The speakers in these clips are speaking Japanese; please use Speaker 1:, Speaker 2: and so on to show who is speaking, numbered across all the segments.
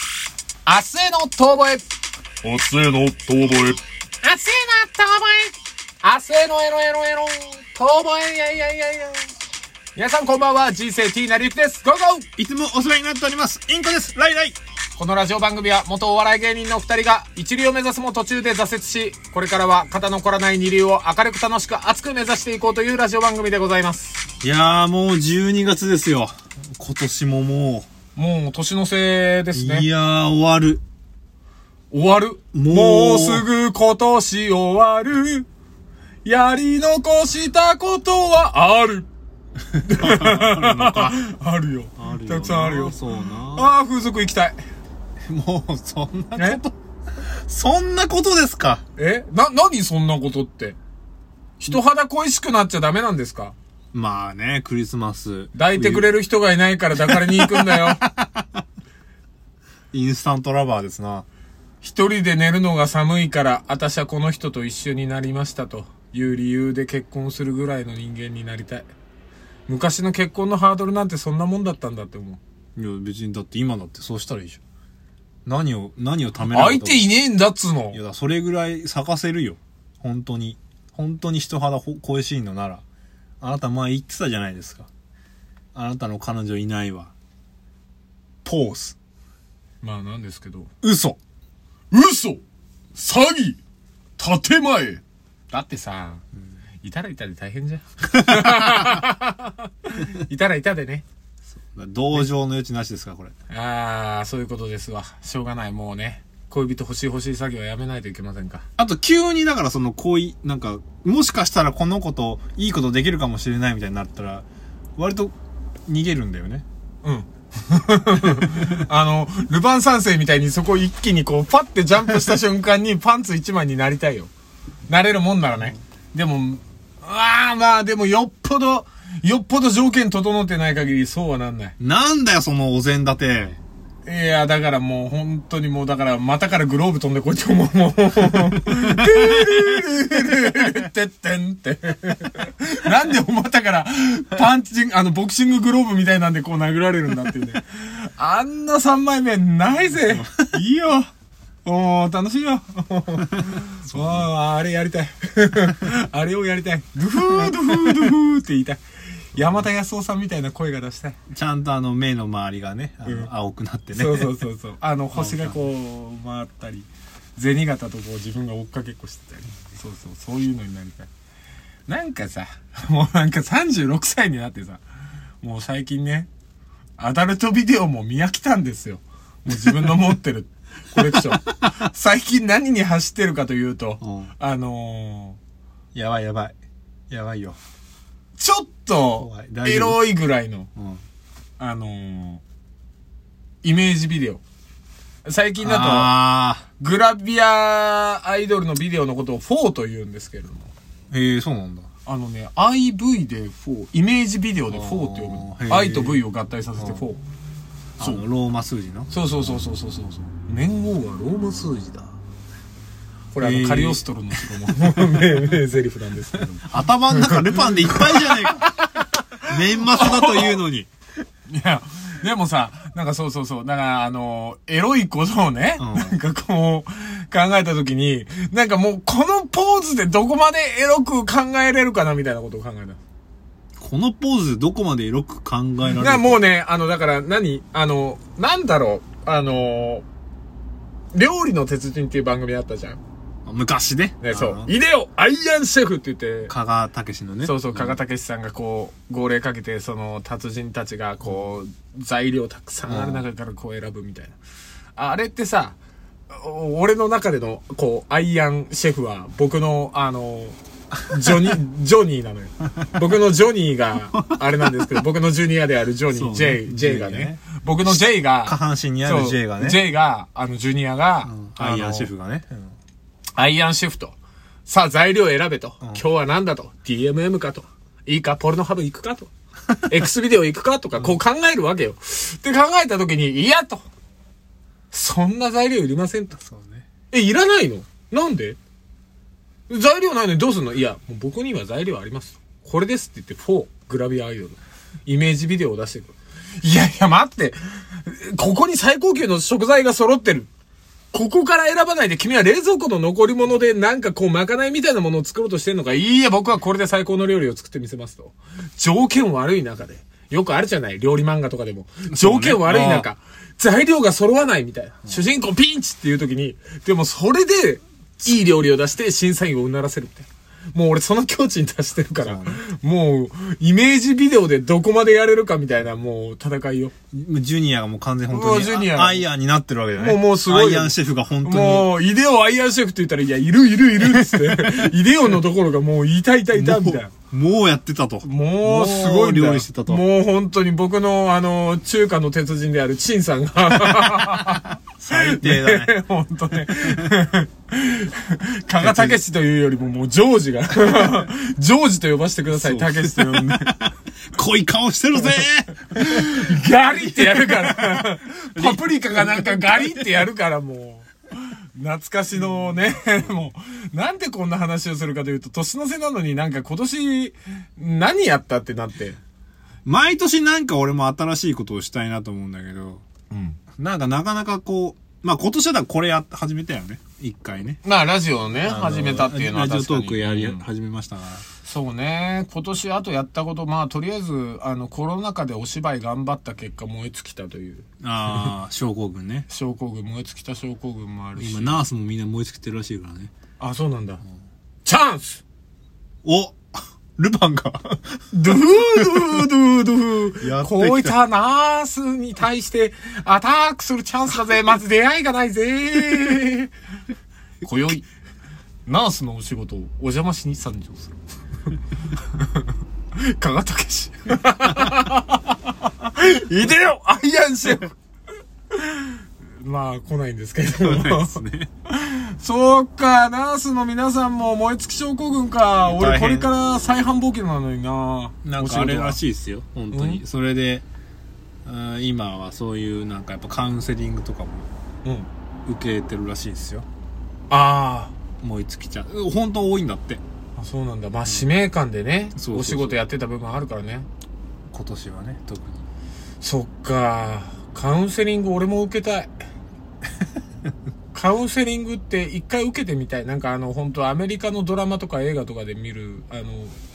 Speaker 1: 明日への遠吠え。
Speaker 2: 明日への遠吠え。
Speaker 1: 明日への遠吠え。明日へのエロエロエロ。遠吠え。いやいやいやいや。皆さんこんばんは。人生 T なりゆきです。ゴーゴー
Speaker 2: いつもお世話になっております。インコです。ライライ。
Speaker 1: このラジオ番組は元お笑い芸人のお二人が一流を目指すも途中で挫折し、これからは肩の凝らない二流を明るく楽しく熱く目指していこうというラジオ番組でございます。
Speaker 2: いやーもう12月ですよ。今年もも
Speaker 1: もう年のせです
Speaker 2: う、
Speaker 1: ね。
Speaker 2: いやー終わる。
Speaker 1: 終わる。
Speaker 2: も
Speaker 1: も
Speaker 2: う
Speaker 1: うすぐ今年終わる。やり残したことはあ る。あるよ。たくさんあるよ。
Speaker 2: そうな。
Speaker 1: ああ、風俗行きたい。
Speaker 2: もうそんな
Speaker 1: え
Speaker 2: こと、そんなことですか
Speaker 1: えな、なにそんなことって。人肌恋しくなっちゃダメなんですか
Speaker 2: まあね、クリスマス。
Speaker 1: 抱いてくれる人がいないから抱かれに行くんだよ。
Speaker 2: インスタントラバーですな。
Speaker 1: 一人で寝るのが寒いから、私はこの人と一緒になりましたという理由で結婚するぐらいの人間になりたい。昔の結婚のハードルなんてそんなもんだったんだって思う。
Speaker 2: いや、別にだって今だってそうしたらいいじゃん。何を、何をためら
Speaker 1: 相手いねえんだっつうの
Speaker 2: い。やだ、それぐらい咲かせるよ。本当に。本当に人肌ほ恋しいのなら。あなた前言ってたじゃないですか。あなたの彼女いないわ。ポーズ。
Speaker 1: まあなんですけど。
Speaker 2: 嘘。
Speaker 1: 嘘詐欺建前だってさ、いたらいたで大変じゃん。 いたらいたでね。
Speaker 2: 同情の余地なしですか、これ。
Speaker 1: ああ、そういうことですわ。しょうがない、もうね。恋人欲しい欲しい詐欺はやめないといけませんか。
Speaker 2: あと急にだからその恋、なんか、もしかしたらこの子といいことできるかもしれないみたいになったら、割と逃げるんだよね。
Speaker 1: うん。あの、ルパン三世みたいにそこ一気にこう、パッてジャンプした瞬間にパンツ一枚になりたいよ。なれるもんならね。でも、ああ、まあでもよっぽど、よっぽど条件整ってない限りそうはなんない。
Speaker 2: なんだよ、そのお膳立て。
Speaker 1: いや、だからもう本当にもうだから股からグローブ飛んでこいって思う。もう。てってんって。なんでお股からパンチン、あのボクシンググローブみたいなんでこう殴られるんだっていうね。あんな3枚目ないぜ。いいよ。おー、楽しいよ。そうあーあれやりたい。あれをやりたい。ドゥフードゥフードゥフーって言いたい。山田康夫さんみたいな声が出したい。
Speaker 2: ちゃんとあの目の周りがね、あの青くなってね。
Speaker 1: そうそうそうそうあの星がこう回ったり銭形とこう自分が追っかけっこしてたりそうそうそういうのになりたいなんかさ もうなんか36歳になってさもう最近ねアダルトビデオも見飽きたんですよもう自分の持ってる コレクション最近何に走ってるかというと、
Speaker 2: うん
Speaker 1: あの
Speaker 2: やばいやばい。やばいよ。
Speaker 1: ー、ちょっと
Speaker 2: 怖い大丈夫
Speaker 1: エロいぐらいの
Speaker 2: うん。
Speaker 1: あのー、イメージビデオ最近だと
Speaker 2: あ
Speaker 1: グラビアアイドルのビデオのことを4と言うんですけれども。
Speaker 2: ーへえ、そうなんだ。
Speaker 1: あのね、IV で4、イメージビデオで4って呼ぶの
Speaker 2: あ。ーへー
Speaker 1: I と V を合体させて4。
Speaker 2: あの、ローマ数字の。
Speaker 1: そうそうそうそうそうそう。年号はローマ数字だ。これあ
Speaker 2: へ
Speaker 1: の、
Speaker 2: ー
Speaker 1: カリオストロの城の 名、名ゼリフなんですけれども。
Speaker 2: 頭の中ルパンでいっぱいじゃ ねえか。年末だというのに。
Speaker 1: いや、でもさ、なんかそうそうそう、だからあの、エロいことをね、
Speaker 2: うん
Speaker 1: なんかこう、考えたときに、なんかもうこのポーズでどこまでエロく考えれるかなみたいなことを考えた。
Speaker 2: このポーズでどこまでエロく考えられる
Speaker 1: だからもうね、あの、だから何あの、なんだろう、あの、料理の鉄人っていう番組あったじゃん。
Speaker 2: 昔ね。
Speaker 1: ね、そ
Speaker 2: あ
Speaker 1: う
Speaker 2: の。
Speaker 1: イデオアイアンシェフって言って、
Speaker 2: 加賀武士のね。
Speaker 1: そうそう、加賀武さんがこう、号令かけて、その、達人たちがこう、材料たくさんある中からこう選ぶみたいな。あれってさ、お俺の中での、こう、アイアンシェフは、僕の、あの、ジョニ ー、ジョニーなのよ。僕のジョニーが、あれなんですけど、僕のジュニアであるジョニ
Speaker 2: そう
Speaker 1: ー、
Speaker 2: ね
Speaker 1: J、J が
Speaker 2: J がね
Speaker 1: ね。僕の J が、
Speaker 2: 下半身にある J がね
Speaker 1: そう J が、あの、ジュニアが
Speaker 2: うん、
Speaker 1: あの
Speaker 2: アイアンシェフがね。うん
Speaker 1: アイアンシフト。さあ、材料選べと。今日は何だと。DMM かと。いいか、ポルノハブ行くかと。X ビデオ行くかとか、こう考えるわけよ。って考えた時に、いやと。そんな材料いりませんと。
Speaker 2: そうね。
Speaker 1: え、いらないのなんで材料ないのにどうすんのいや、もう僕には材料ありますと。これですって言って、4、グラビアアイドルの。イメージビデオを出してくる。いやいや、待って。ここに最高級の食材が揃ってる。ここから選ばないで君は冷蔵庫の残り物でなんかこうまかないみたいなものを作ろうとしてんのかいいや、僕はこれで最高の料理を作ってみせますと。条件悪い中で。よくあるじゃない料理漫画とかでも。条件悪い中、
Speaker 2: あ
Speaker 1: 材料が揃わないみたいな。主人公ピンチっていう時に、でもそれで、いい料理を出して審査員をうならせるみたいな。もう俺その境地に達してるから、もう、イメージビデオでどこまでやれるかみたいな、もう戦いよ。
Speaker 2: ジュニアがもう完全本
Speaker 1: も
Speaker 2: 当
Speaker 1: う
Speaker 2: に
Speaker 1: ジュニア
Speaker 2: あアイアンになってるわけだね。
Speaker 1: もうもうすごいよ
Speaker 2: アイアンシェフが本当に。
Speaker 1: もう、イデオアイアンシェフって言ったら、いや、いるいるいるっつ って、イデオのところがもう、いたいたいたみたいな。
Speaker 2: もうもうやってたと。
Speaker 1: もう、すごいんだよ
Speaker 2: 料理してたと。
Speaker 1: もう本当に僕の、あの、中華の鉄人である陳さんが、
Speaker 2: 最低だ ね。
Speaker 1: 本当ね。加賀武史というよりも、もう、ジョージが、ジョージと呼ばせてください、
Speaker 2: そう
Speaker 1: 武史と呼んで。
Speaker 2: 濃い顔してるぜ
Speaker 1: ガリってやるから。 パプリカがなんかガリってやるからもう。懐かしのね、 もう、なんでこんな話をするかというと、年の瀬なのになんか今年、何やったってなって。
Speaker 2: 毎年なんか俺も新しいことをしたいなと思うんだけど、なんかなかなかこう、まあ今年はだからこれやっ、始めたよね。一回ね。
Speaker 1: まあ、ラジオをね、
Speaker 2: あの
Speaker 1: 始めたっていうのは
Speaker 2: ラジオ
Speaker 1: 確かに。
Speaker 2: トークやり、
Speaker 1: うん
Speaker 2: 始めましたから。
Speaker 1: そうね。今年あとやったこと、まあ、とりあえず、あの、コロナ禍でお芝居頑張った結果燃え尽きたという。
Speaker 2: あ あ、症候群ね。
Speaker 1: 症候群、燃え尽きた症候群もあるし
Speaker 2: 今、。ナースもみんな燃え尽きてるらしいからね。
Speaker 1: あ、そうなんだ。チャンス
Speaker 2: お ルパ ンが
Speaker 1: ドゥードゥードゥードゥー。
Speaker 2: やってきた
Speaker 1: こういったナースに対してアタックするチャンスだぜ。まず出会いがない ぜ。今宵、ナースのお仕事をお邪魔しに参上 する。加賀武士。いでよアイアンシェフまあ、来ないんですけど
Speaker 2: ない
Speaker 1: も
Speaker 2: で。 すね。
Speaker 1: そうか、ナースの皆さんも燃え尽き症候群か。俺
Speaker 2: 大変
Speaker 1: これから再販募金なのにな。
Speaker 2: なんかあれら
Speaker 1: い
Speaker 2: しいですよ本当に、
Speaker 1: う
Speaker 2: それであー今はそういうなんかやっぱカウンセリングとかも
Speaker 1: うん。
Speaker 2: 受けてるらしいですよ
Speaker 1: あ
Speaker 2: 燃え尽きちゃううん本当多いんだって
Speaker 1: あ、そうなんだ。まあ、使命感でね、
Speaker 2: そうそうそう
Speaker 1: お仕事やってた部分あるからね。
Speaker 2: 今年はね特に
Speaker 1: そっか。カウンセリング俺も受けたい。カウンセリングって一回受けてみたい。なんかあの、本当アメリカのドラマとか映画とかで見る、あの、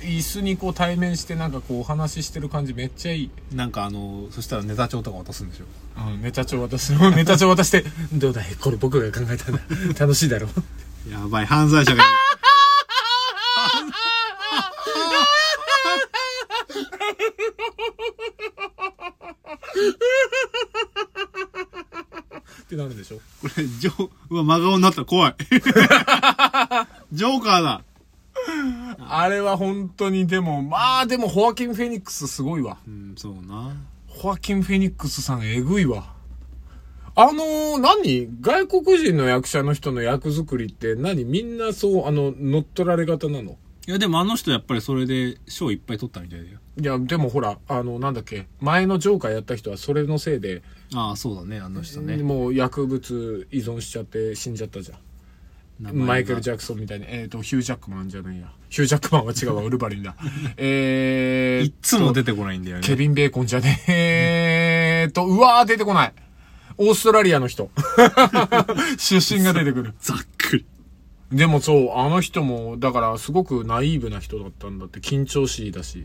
Speaker 1: 椅子にこう対面してなんかこうお話ししてる感じめっちゃいい。
Speaker 2: なんかあのそしたらネタ帳とか渡すんでしょ
Speaker 1: うん、ネタ帳渡 して、ネタ帳渡して、どうだいこれ僕が考えたんだ。 楽しいだろう。
Speaker 2: やばい犯罪者がいる
Speaker 1: ってなるでしょ
Speaker 2: これジョーうわ真顔になった 怖いジョーカーだ
Speaker 1: あれは本当にでも、まあでもホアキン・フェニックスすごいわ。
Speaker 2: うんそうな
Speaker 1: ホアキン・フェニックスさんえぐいわ。あのー、何外国人の役者の人の役作りって何みんなそう、あの、乗っ取られ方なの
Speaker 2: いやでもあの人やっぱりそれで賞いっぱい取ったみたいだよ
Speaker 1: いや、でもほら、あの、なんだっけ、前のジョーカーやった人はそれのせいで、
Speaker 2: ああそうだねあの人ね
Speaker 1: もう薬物依存しちゃって死んじゃったじゃん。マイケル・ジャクソンみたいに、えっ、ー、と、ヒュー・ジャックマンじゃないや。ヒュー・ジャックマンは違うわ、ウルバリン だ。えー、
Speaker 2: いっつも出てこないんだよね
Speaker 1: ケビン・ベーコンじゃねえ。えー っと、うわー、出てこない。オーストラリアの 人。出身が出てくる。
Speaker 2: ざっくり
Speaker 1: でもそう、あの人も、だからすごくナイーブな人だったんだって、緊張しいだし。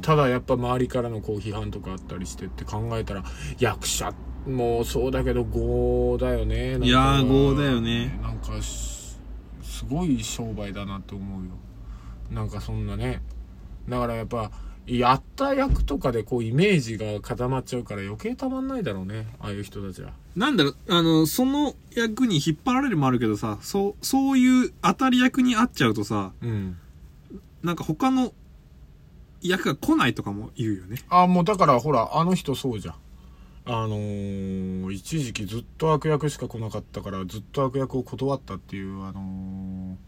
Speaker 1: ただやっぱ周りからのこう批判とかあったりしてって考えたら、役者もそうだけど、豪だよね。なんか
Speaker 2: いやー豪だよね。
Speaker 1: なんかし、すごい商売だなって思うよ。なんかそんなね。だからやっぱ、やった役とかでこうイメージが固まっちゃうから余計たまんないだろうね。ああいう人たちは。
Speaker 2: なんだろう、あの、その役に引っ張られるもあるけどさ、そう、そういう当たり役に合っちゃうとさ、
Speaker 1: うん。
Speaker 2: なんか他の役が来ないとかも言うよね。
Speaker 1: あ、もうだからほら、あの人そうじゃん。あのー、一時期ずっと悪役しか来なかったから、ずっと悪役を断ったっていう、あの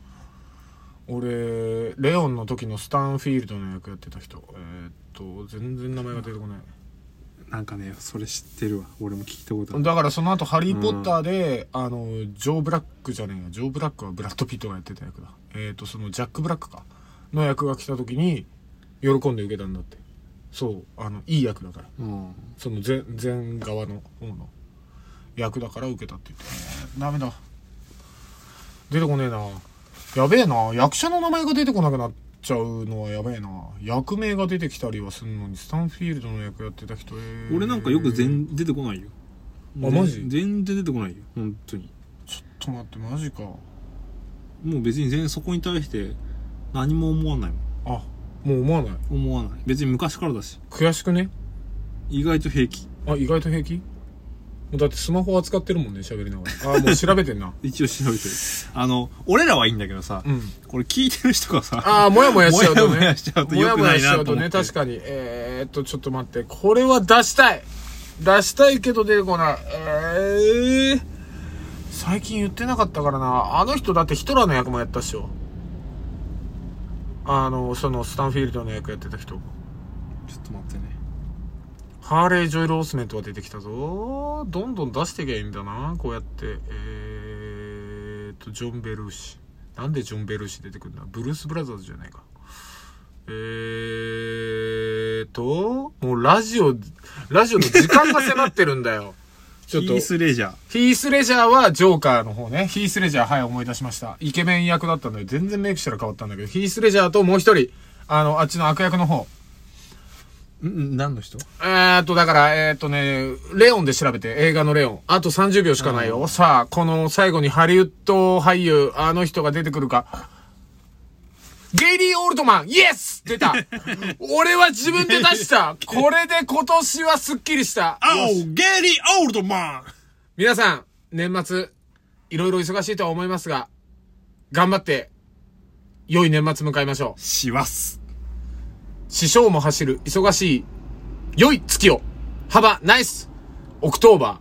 Speaker 1: ー、俺、レオンの時のスタンフィールドの役やってた人。えーっと、全然名前が出てこない。
Speaker 2: なんかね、それ知ってるわ。俺も聞いたことある。
Speaker 1: だからその後、ハリー・ポッターで、あの、ジョー・ブラックじゃねえや、ジョー・ブラックはブラッド・ピットがやってた役だ。えっ、と、その、ジャック・ブラックか、の役が来た時に、喜んで受けたんだって。そう、あの、いい役だから。
Speaker 2: うん。
Speaker 1: その前、前側の方の。役だから受けたって言ってダメだ出てこねえなやべえな役者の名前が出てこなくなっちゃうのはやべえな役名が出てきたりはするのにスタンフィールドの役やってた人
Speaker 2: 俺なんかよく全出てこないよ
Speaker 1: あマジ
Speaker 2: 全然出てこないよ本当に
Speaker 1: ちょっと待ってマジか
Speaker 2: もう別に全然そこに対して何も思わないも
Speaker 1: あもう思わない
Speaker 2: ん思わない別に昔からだし
Speaker 1: 悔しくね
Speaker 2: 意外と平気
Speaker 1: あ意外と平気だってスマホ扱ってるもんね喋りながらあもう調べてんな
Speaker 2: 一応調べてるあの俺らはいいんだけどさ、
Speaker 1: うん
Speaker 2: これ聞いてる人がさ
Speaker 1: ああ、もやもやしちゃうとね。
Speaker 2: もやもやしちゃうと良く
Speaker 1: もやもや
Speaker 2: ない
Speaker 1: しちゃ
Speaker 2: な
Speaker 1: う
Speaker 2: と
Speaker 1: と
Speaker 2: 思っ
Speaker 1: ね、
Speaker 2: て
Speaker 1: 確かに。えー、っと、ちょっと待って。これは出したい出したいけど出てこない。えー、最近言ってなかったからな。あの人だってヒトラーの役もやったっしょ。あの、その、スタンフィールドの役やってた人。
Speaker 2: ちょっと待ってね
Speaker 1: ハーレー・ジョイル・オースメントが出てきたぞ。どんどん出してきゃいいんだな、こうやって。えーっと、ジョン・ベルーシ。なんでジョン・ベルーシ出てくるんだブルース・ブラザーズじゃないか。えーっと、もうラジオ、ラジオの時間が迫ってるんだ よ。ち
Speaker 2: ヒ
Speaker 1: ょっと、
Speaker 2: ースレジャー
Speaker 1: ヒース・レジャーはジョーカーの方ね。ヒース・レジャー、はい、思い出しました。イケメン役だったんだよ。全然メイクしたら変わったんだけど、ヒース・レジャーともう一人、あの、あっちの悪役の方。
Speaker 2: うんうん何の人
Speaker 1: えーっと、だから、えーっとね、レオンで調べて、映画のレオン。あと30秒しかないよ。さあ、この最後にハリウッド俳優、あの人が出てくるか。ゲイリー・オールトマンイエス出た俺は自分で出したこれで今年はスッキリしたよし
Speaker 2: ゲリー・オールドマン
Speaker 1: 皆さん、年末、いろいろ忙しいとは思いますが、頑張って、良い年末迎えましょう。
Speaker 2: します
Speaker 1: 師匠も走る忙しい良い月を。Have a nice October